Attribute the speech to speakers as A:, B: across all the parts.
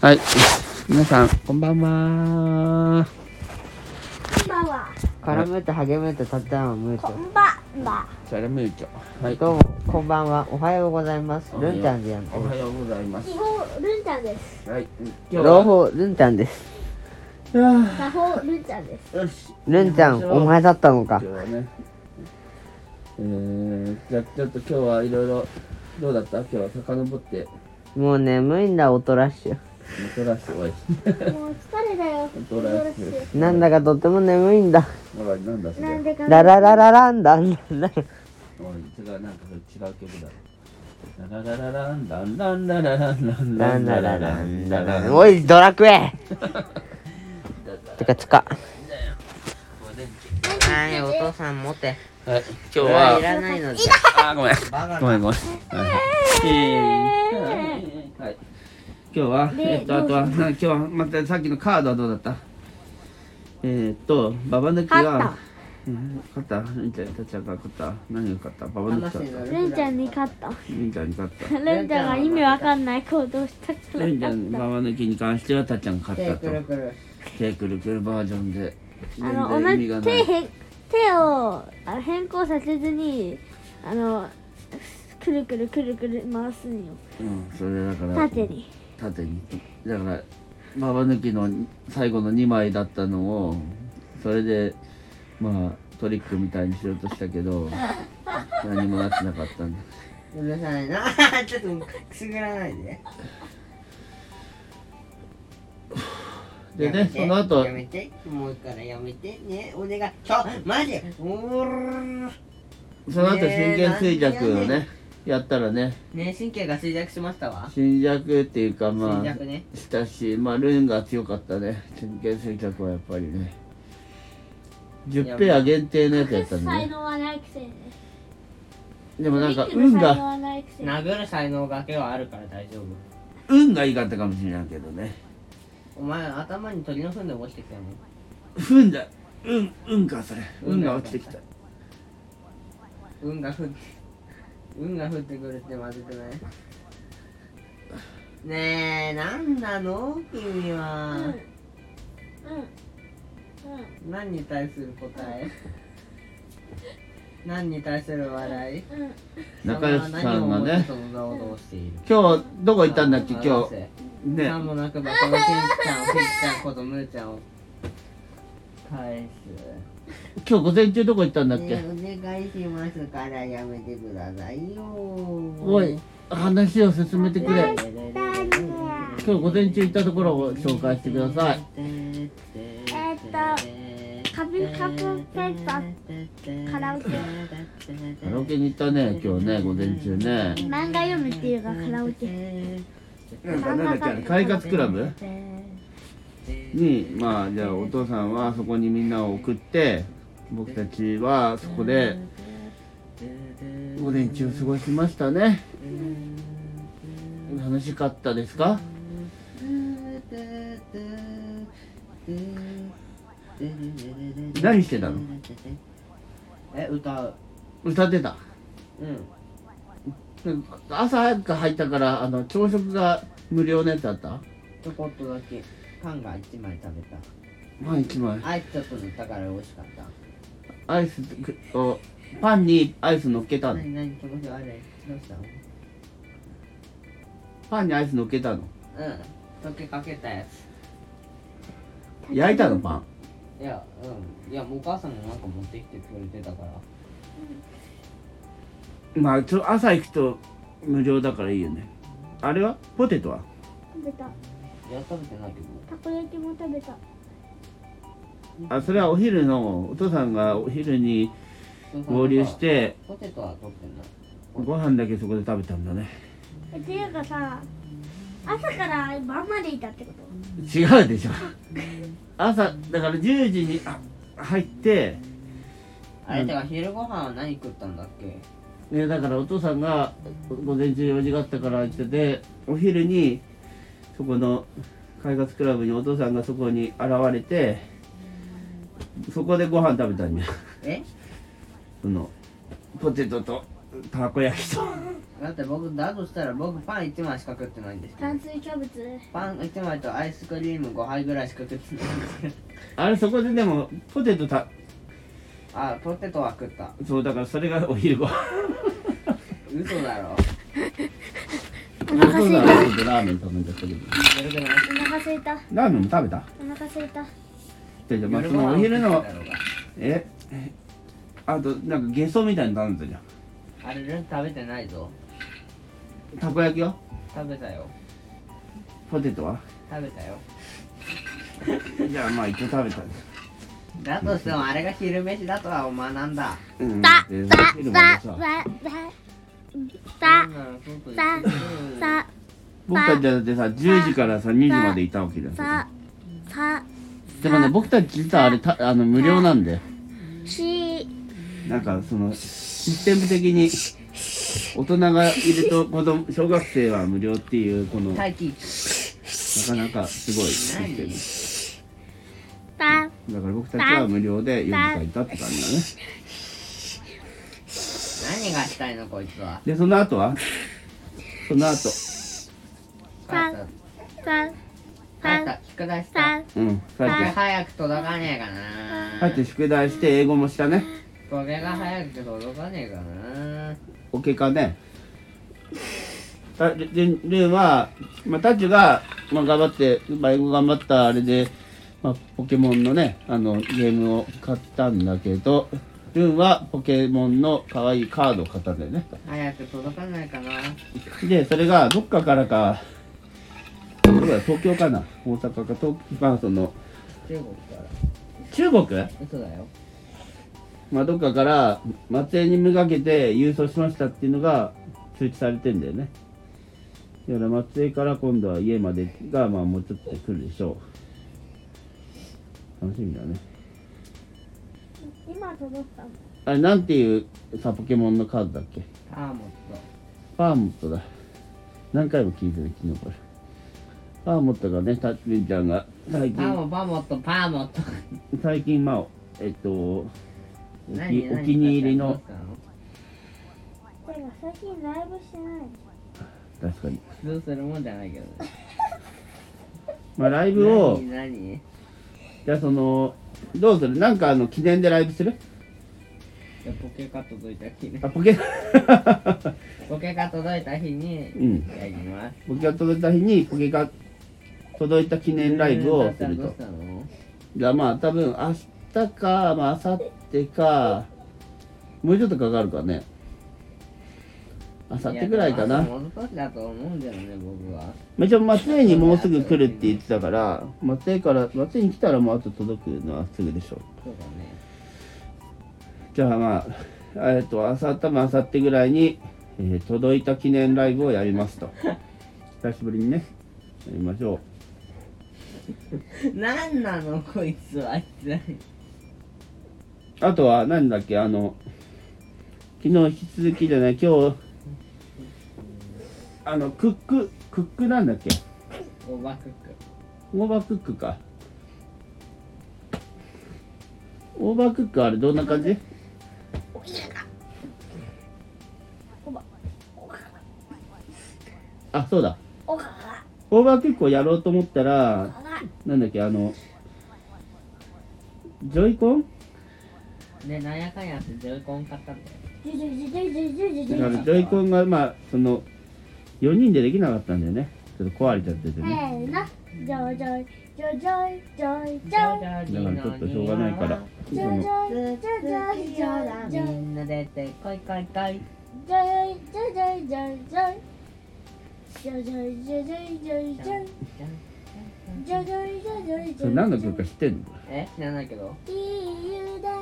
A: はい。皆さん、こんばんは。
B: こんばんは。
C: 絡むと励むとたったのむ
B: こ
C: と。
B: んばんは。
A: それむいちょ。はい。
C: どうも、こんばんは。おはようございます。ルンタンでやん
A: おはようございます。
B: 基本ルンちゃんです。
A: はい。今日
C: 朗
A: は。
C: 報、ルンタンです。
A: あ
B: 打法ルンちゃ んです。
A: ーよし。
C: ルンタン、お前だったのか
A: 今日。はね。えー、じゃあちょっと今日はいろいろ、どうだった今日は遡って、
C: もう眠いんだ、音ラッシュ。
A: トラッシュおい。
B: もう疲れだよ。
A: トラッシュ。
C: なんだかとても眠いんだ。
A: おい、なんだそれ。
B: なんでかな。
C: ララララランだンだンだン。
A: おい、違う、なんかそれ違う曲だろ。ラララランランランララランラン
C: ラ
A: ラン
C: ン
A: ラ
C: ラ
A: ララ
C: ララ
A: ン
C: ン
A: ラ
C: ラ
A: ラ
C: ラ
A: ラ
C: ン
A: ン。
C: おい、ドラクエ
A: だから
C: つかつか。
A: これね
C: はい、お父さん持て。
A: はい、今日
C: これはい
A: は。
C: らないので。
A: あー、ごめん。
C: バカ
A: ごめ
C: だ。
A: んごめん。はい。今日は、
B: で
A: えっと、あとは、な今日は、またさっきのカードはどうだったえーっと、ババ抜きは
B: 勝、
A: うん勝ったみたいな、たっちゃんが勝った。何が勝ったババ抜き勝
C: 話に
A: っ
C: な
A: た。
C: る
B: ルンちゃんに勝った。
A: みーちゃんに勝った。
B: ルンちゃんが意味わかんない行動したから
A: レンちゃ
B: 勝
A: ん、
B: っ
A: ババ抜きに関しては、たっちゃんが勝った
C: 手くる
A: と。
C: くる。
A: 手くるくるバージョンで。
B: た。あの
A: 全
B: 同
A: 然意
B: じ
A: 味がな
B: 手
A: い。
B: へ手をあ変更させずにあのくるくるくるくる回すんよ。
A: うん、それだから。
B: 縦に。
A: 縦にだからババ抜きの最後の2枚だったのをそれでまあトリックみたいにしようとしたけど何もなってなかったんだ
C: うるさいな。 ちょっとくすぐらないで。
A: でねその後
C: やめて、もういいからやめて、ね、お願い。ちょ、マジおー
A: その後神経衰弱をねやったらね
C: ね、神経が衰弱しましたわ。
A: 神弱っていうかま
C: 衰
A: あ
C: 弱ね。
A: したしまあルーンが強かったね神経衰弱はやっぱりね10ペア限定のやつやったんだ
B: 才
A: ね
B: 能はないくせに。
A: でもなんか
B: ルン
A: 運
B: の才能
A: が
B: はないくせに。
C: 殴る才能だけはあるから大丈夫。
A: 運がいいかったかもしれないけどね
C: お前、頭に鳥の糞で落ちてきたの。
A: ふんだうんうんかそれうんが落ちてきた
C: 運が降って、運が降ってくるってまずくないねえ、なんなの君
B: うん。うん
C: は。。
B: うん。
C: 何に対する答え何に対する笑い
B: うん、
A: 仲良しさんがね
C: そんなことをしている
A: 今日どこ行ったんだっけ今日
C: 日
A: ね
C: さもなくばこのピンちゃんをピンちゃんことムーちゃんを返す
A: 今日午前中どこ行ったんだっけ
C: ねお願いしますからやめてくださいよ
A: おい話を進めてくれ今日午前中行ったところを紹介してください
C: え
B: っとカピカピペッパーカラオケ
A: カラオケに行ったね今日ね午前中ね
B: 漫画読むっていうかカラオケ
A: なんかなんだっけあれ快活クラブにまあじゃあお父さんはそこにみんなを送って僕たちはそこで午前中過ごしましたね楽しかったですか何してたの
C: え歌う
A: 歌ってた
C: うん
A: 朝早く入ったからあの朝食が無料のやつあった
C: ちょこっとだけパンが一枚食べた
A: パン1枚
C: アイスちょっと塗ったから美味しかった
A: アイスをパンにアイス乗っけたの
C: 何何気持ち悪いどうしたの
A: パンにアイス乗っけたの
C: うん溶けかけたやつ
A: 焼いたのパン
C: いやうんいやもうお母さんがなんか持ってきてくれてたから
A: まあちょ朝行くと無料だからいいよねあれはポテトは
B: 食べた
C: いや食べてないけど
B: たこ焼きも食べた
A: あそれはお昼のお父さんがお昼に合流して
C: ポテトは取ってない
A: ご飯だけそこで食べたんだね
B: っていうかさ朝から晩までいたってこと
A: 違うでしょ朝だから10時にあ入って
C: あれてか昼ご飯は何食ったんだっけ
A: ね、だからお父さんが午前中用事があったから言っててお昼にそこの開発クラブにお父さんがそこに現れてそこでご飯食べたんじゃん
C: え
A: そのポテトとたこ焼きと
C: だって僕だとしたら僕パン1枚しか食ってないんです
B: 炭水化物
C: パン1枚とアイスクリーム5杯ぐらいしか食ってないんですけど
A: あれそこででもポテトた
C: あポテトは食った
A: そうだからそれがお昼ご飯
C: 嘘だ ろ
A: お父さんはちょっとラーメン食べんだったけど
C: 夜ご飯
B: お腹すいた
A: ラーメンも食べた
B: お腹すいた
A: じゃあじゃあまあ
C: 夜
A: そ
C: ご飯
A: のお昼
C: は
A: の
C: 食ってないだろう
A: ええあとなんかゲソみたいに頼んだじゃん
C: があれルン食べてないぞ
A: たこ焼きは
C: 食べたよ
A: ポテトは
C: 食べたよ
A: じゃあまあ一応食べたんです
C: だとしてもあれが昼飯だとは学んだ
A: うんで
B: た
A: お昼もさ
B: たた
C: そんなのちょっと
B: たたた
A: 僕たちだってさ10時からさ2時までいたわけじゃん
B: ささ
A: でもね僕たちさあれたあの無料なんで
B: し
A: なんかそのシステム的に大人がいると子供小学生は無料っていうこのなか
C: 待機
A: なかすごいシス
B: た
A: テムだから僕たちは無料で4時間いたって感じだね
C: 何がしたいのこいつは
A: でその後はその後
B: パン
C: 帰
B: さ
C: った帰
B: さ
C: った宿題した
B: さ
A: うん帰って
C: 早く届かねえか
A: 帰
C: な
A: って宿題して英語もしたね
C: これが早く届かねえかな
A: おけかねたルルンは、まあ、タッチが、まあ、頑張って、まあ、英語頑張ったあれで、まあ、ポケモンのねあのゲームを買ったんだけどルンはポケモンの可愛いカードを買ったんだよね
C: 早く届かないかな
A: でそれがどっかからかどこだ東京かな大阪か東まあその
C: 中国から
A: 中国
C: 嘘だよ
A: まあどっかから松江に向かけて郵送しましたっていうのが通知されてんだよねだから松江から今度は家までがまあもうちょっとで来るでしょう楽しみだね
B: 今届くかも
A: あれなんていうさポケモンのカードだっけ
C: パーモット
A: パーモットだ何回も聞いてる昨日からパーモットがねたっちんちゃんが最
C: パー
A: 近
C: モパーモットパーモット
A: 最近まあえっとお気
C: 何
A: お気に入りの
C: 何買った
B: てか最近ライブしてない
A: 確かに
C: どうするもんじゃないけどね
A: まあライブを
C: 何何
A: じゃあそのどうするなんかあの記念でライブする
C: いやポケカ届いた日ね
A: あポケ
C: ポケカ届いた日に
A: うん
C: やります
A: ポケが届いた日にポケが届いた記念ライブを
C: ね
A: する
C: どう
A: と
C: したの
A: じゃあまあ多分明日かまあ明後日かもうちょっとかかるかね明後日ぐらいか
C: や
A: な
C: でも朝戻ってだと思うんだよね僕は
A: めちゃ松江にもうすぐ来るって言ってたから松江から松江に来たらもうあと届くのはすぐでしょう
C: そうだね
A: じゃあまあえっと明後日も明後日ぐらいに、えー届いた記念ライブをやりますと 久しぶりにねやりましょ
C: なんなのこいつは一体
A: うあとは何だっけあの昨日引き続きじゃない今日あのクッククックなんだっけ
C: オーバークック
A: オーバークックかオーバークックあれどんな感じ
B: おば
A: あそうだ
B: おかが
A: オーバークックをやろうと思ったら
B: おかが
A: なんだっけあのジョイコン
C: でなんやかんやってジョイコン買ったんだよ
B: ジュジュジュジュジュジュジュジ
A: だ
B: ュ
A: からジョイコンがまあその4人でできなかったんだよねちょっと壊れちゃってて
B: せ
A: ね
B: ーのジョジョイジョジョイジョイジ
C: だ
B: ョイ
C: か
A: だか
C: ら
A: らちょっとしょうがないからそ
B: ジョジ
A: の
B: ョイジョジョイジョジョイ
C: みんな出てこいこいこい
B: ジョイジョイジョイジョイジョジョイジョジョイジョイジョイジョジョイジョジョイジョイジョイ
A: それ何の曲か知ってんの
C: え知らないけど
B: いい湯だな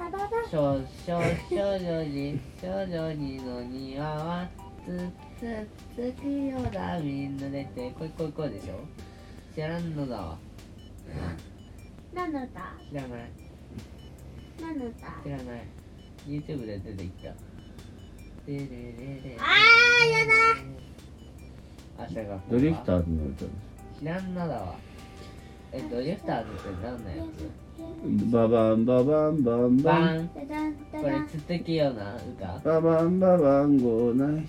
B: あばば
C: 少々少女に少女にの庭はつつつくようだみんな出てこいこいこいでしょ知らんのだわ
B: 何の歌
C: 知らない
B: 何の歌
C: 知らない YouTube で出てきたでででで
B: あーやだ
C: 朝が
A: ドリフターズの歌です
C: 知らんのだわえドリフターズって何のやつ
A: ババンババンバンバ
C: バ
A: ン
C: ン
B: ダダンダ
C: こ
B: ダ
C: れ
B: ン
C: 続けような歌
A: ババンババンゴーナイ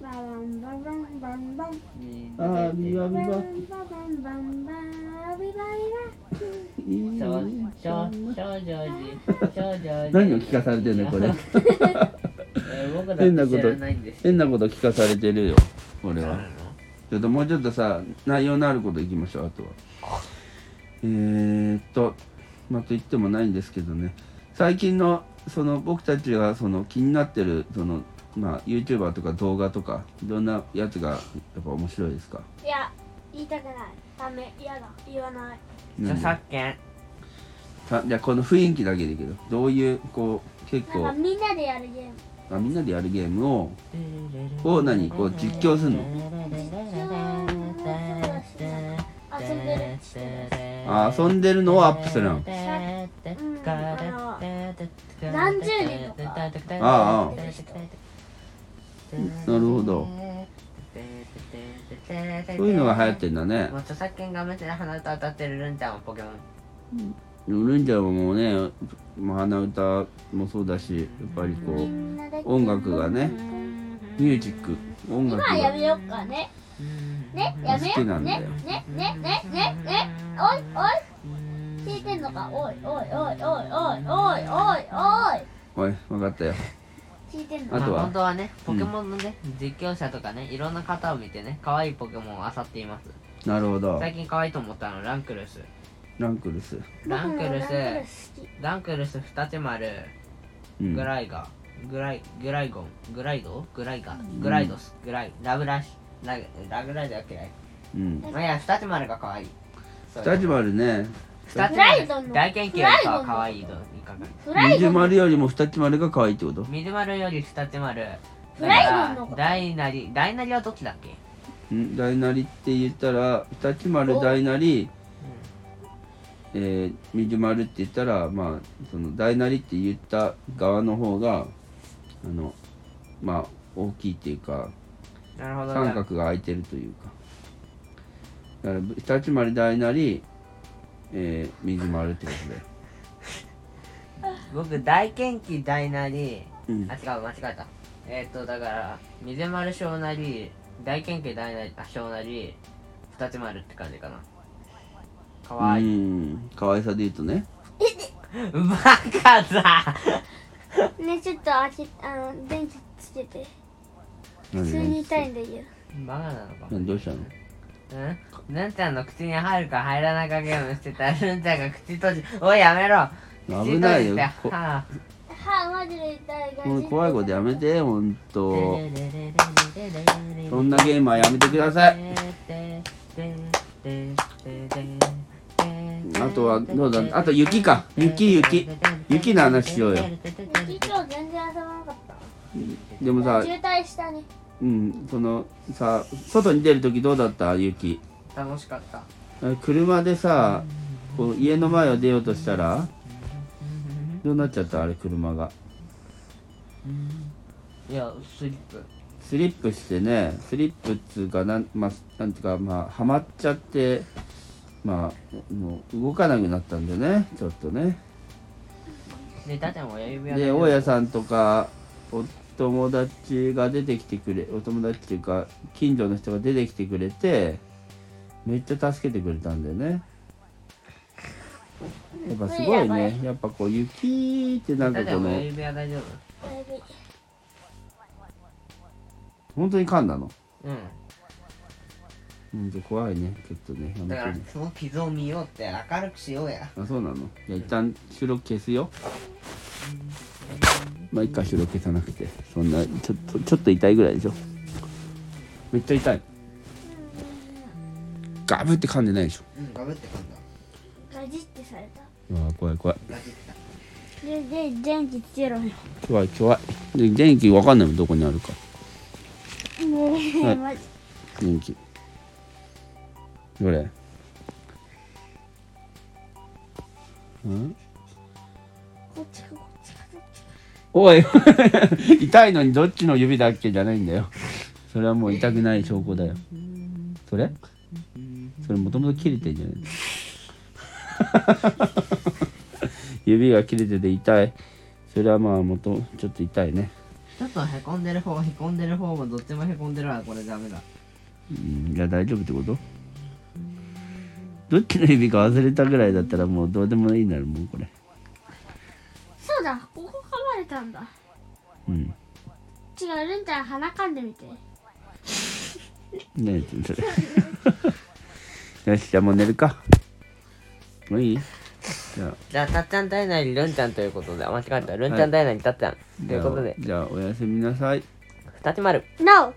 B: ババンババンバンバン
C: みん
A: アー
C: なで
A: ビバ
C: や
A: ビ
B: ババ
A: バ
B: ンババンバンバンビバビバ
C: って
A: いい
C: そう
A: ね
C: 少少女寺少女寺
A: 何を聞かされてるのこれ
C: えー僕だって知らないんです
A: 変なこと聞かされてるよ俺はちょっともうちょっとさ内容のあることいきましょうあとはえー、っとまあと言ってもないんですけどね最近のその僕たちがその気になってるそのまあ YouTuber とか動画とかいろんなやつがやっぱ面白いですか
B: いや言いたくないダメ嫌だ言わない
C: 著作権
A: さじゃあこの雰囲気だけでいいけどどういうこう結
B: なんか
A: 構
B: みんなでやるゲーム
A: あみんなでやるゲームをを何こう実況するの
B: 遊んでる知って
A: あ遊んでるのをアップするの
B: うんあの何十人とか
A: ああなるほどそういうのが流行ってんだね
C: もう著作権がめて鼻歌歌ってるルンちゃんはポケモン
A: ルンちゃんはもうねまあ鼻歌もそうだしやっぱりこ
B: み
A: うん
B: なで
A: 音楽がねミュージック音楽
B: 今や
A: が
B: めよっかねねやめ
A: 好
B: よ
A: き
B: う
A: なんだよ
B: ねねねねねねおいおい聞いてんのかおいおいおいおいおいおいおいおい
A: おい分かったよ
B: 聞いてんの
A: あ
B: か
A: とは
C: まあ本当はねポケモンのね、実況者とかねいろんな方を見てね可愛いポケモンを漁っています
A: なるほど
C: 最近可愛いと思ったのランクルス
A: ランクルス
C: ランクル
B: 僕もランクル
C: ス
B: ス好き
C: ランクルス二手丸
A: うん
C: グライガグライグライゴングライドグライガグライドスグライラブラシララブラシは嫌い
A: うん
C: まあいや二手丸が可愛いそう
A: 二ジマルね
C: 二
B: フ
C: 手
B: ライド
C: 丸
B: の
C: 大研究よりかは可愛いといかない
B: フラ
A: 二
B: イ
A: ジ
B: ド
A: マ
B: の
A: ルよりも二ジマルが可愛いってこと
C: 水丸より二手丸だ
B: フライドンの方
C: から大なり大なりはどっちだっけ
A: ん大なりって言ったら二ジマル大なりえー、右丸って言ったらまあその大なりって言った側の方があのまあ大きいっていうか
C: なるほど
A: 三角が空いてるというかだから二立丸大なり、えー、右丸ってことで
C: 僕大研究大なり、
A: うん
C: あ違う間違えたえー、っとだから水丸小なり大研究大なりあ小なり二つ丸って感じかなかわいい、
A: うん可愛さで言うとね
C: バカだ
B: ねちょっと開けあの電気つけて普通に痛いんだよ
C: バカなのか
A: 何どうしたの
C: うんルンちゃんの口に入るか入らないかゲームしてたらルンちゃんが口閉じおいやめろ口
A: 危
C: 閉
A: ない
C: じ
A: よ
C: て
A: こ
C: はあ
B: 歯マジで痛い
A: この怖いことやめてほんとそ
C: そ
A: んなゲームはやめてください
C: あ
A: とはどうだあと雪か雪雪雪の話しようよ
B: 雪今日全然遊ばなかった
A: でもさ
B: 渋滞したね
A: うんそのさ外に出る時どうだったゆき
C: 楽しかった
A: あ車でさこう家の前を出ようとしたらどうなっちゃったあれ車が
C: いやスリップ
A: スリップしてねスリップっつうかなん,、まあ、なんていうかまあはまっちゃってまあもう動かなくなったんだよねちょっとね
C: でだっても親指輪
A: で大家さんとかお友達が出てきてくれお友達っていうか近所の人が出てきてくれてめっちゃ助けてくれたんだよねやっぱすごいねやっぱこう雪ってなんか
C: だって
A: こ
C: も親
A: の
C: 指輪大丈
B: 親指
A: 本当に噛んだの
C: 夫う
A: 本当怖いねちょっとねや
C: んだ
A: め
C: か
A: て
C: ら
A: ね
C: その傷を見ようって明るくしようや
A: あそうなのじゃあ一旦収録消すよまあ一回収録消さなくてそんなちょっとちょっと痛いぐらいでしょめっちゃ痛いガブって噛んでないでしょ
C: うんガブって感じだ
B: ガジってされた
A: ああ怖い怖い
C: ガチった
B: でで電気つけろよ
A: 怖い怖いで電気わかんないもんどこにあるか
B: もう マジ
A: 電気どれん
B: こっちかこっちかこっちか
A: おい 痛いのにどっちの指だっけじゃないんだよそれはもう痛くない証拠だよそれそれもともと切れてんじゃない 指が切れてて痛いそれはまあもとちょっと痛いね、
C: ちょっとへこんでる方へこんでる方もどっちもへこんでるわこれダメだ
A: うん、いや大丈夫ってことどっちの指か忘れたぐらいだったらもうどうでもいいなるもうこれ
B: そうだここ噛まれたんだ
A: うん
B: 違うルンちゃん鼻噛んでみて
A: 何やってんのそれよしじゃあもう寝るかもういいじゃあ
C: じゃあたっちゃん体内にルンちゃんということであ間違えたルンちゃん体内にたっちゃん、ということで
A: じゃあじゃあおやすみなさい
C: 二つ丸
B: No!